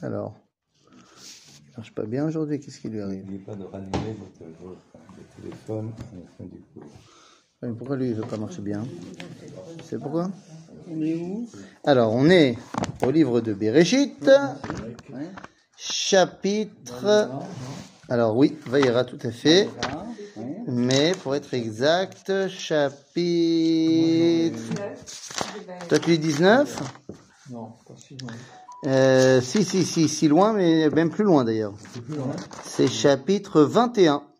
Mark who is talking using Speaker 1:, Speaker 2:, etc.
Speaker 1: Alors, il marche pas bien aujourd'hui, qu'est-ce qui lui arrive
Speaker 2: N'oubliez pas de rallumer votre votre- le téléphone à la fin du cours.
Speaker 1: Mais Pourquoi lui, il veut pas marcher bien C'est pourquoi
Speaker 3: On est où
Speaker 1: Alors, on est au livre de Bereshit, chapitre... Alors oui, Vaïra, tout à fait. Mais pour être exact, chapitre... Toi, tu dis 19
Speaker 3: Non, pas si loin.
Speaker 1: Euh, si, si, si, si loin, mais même plus loin d'ailleurs. C'est chapitre 21.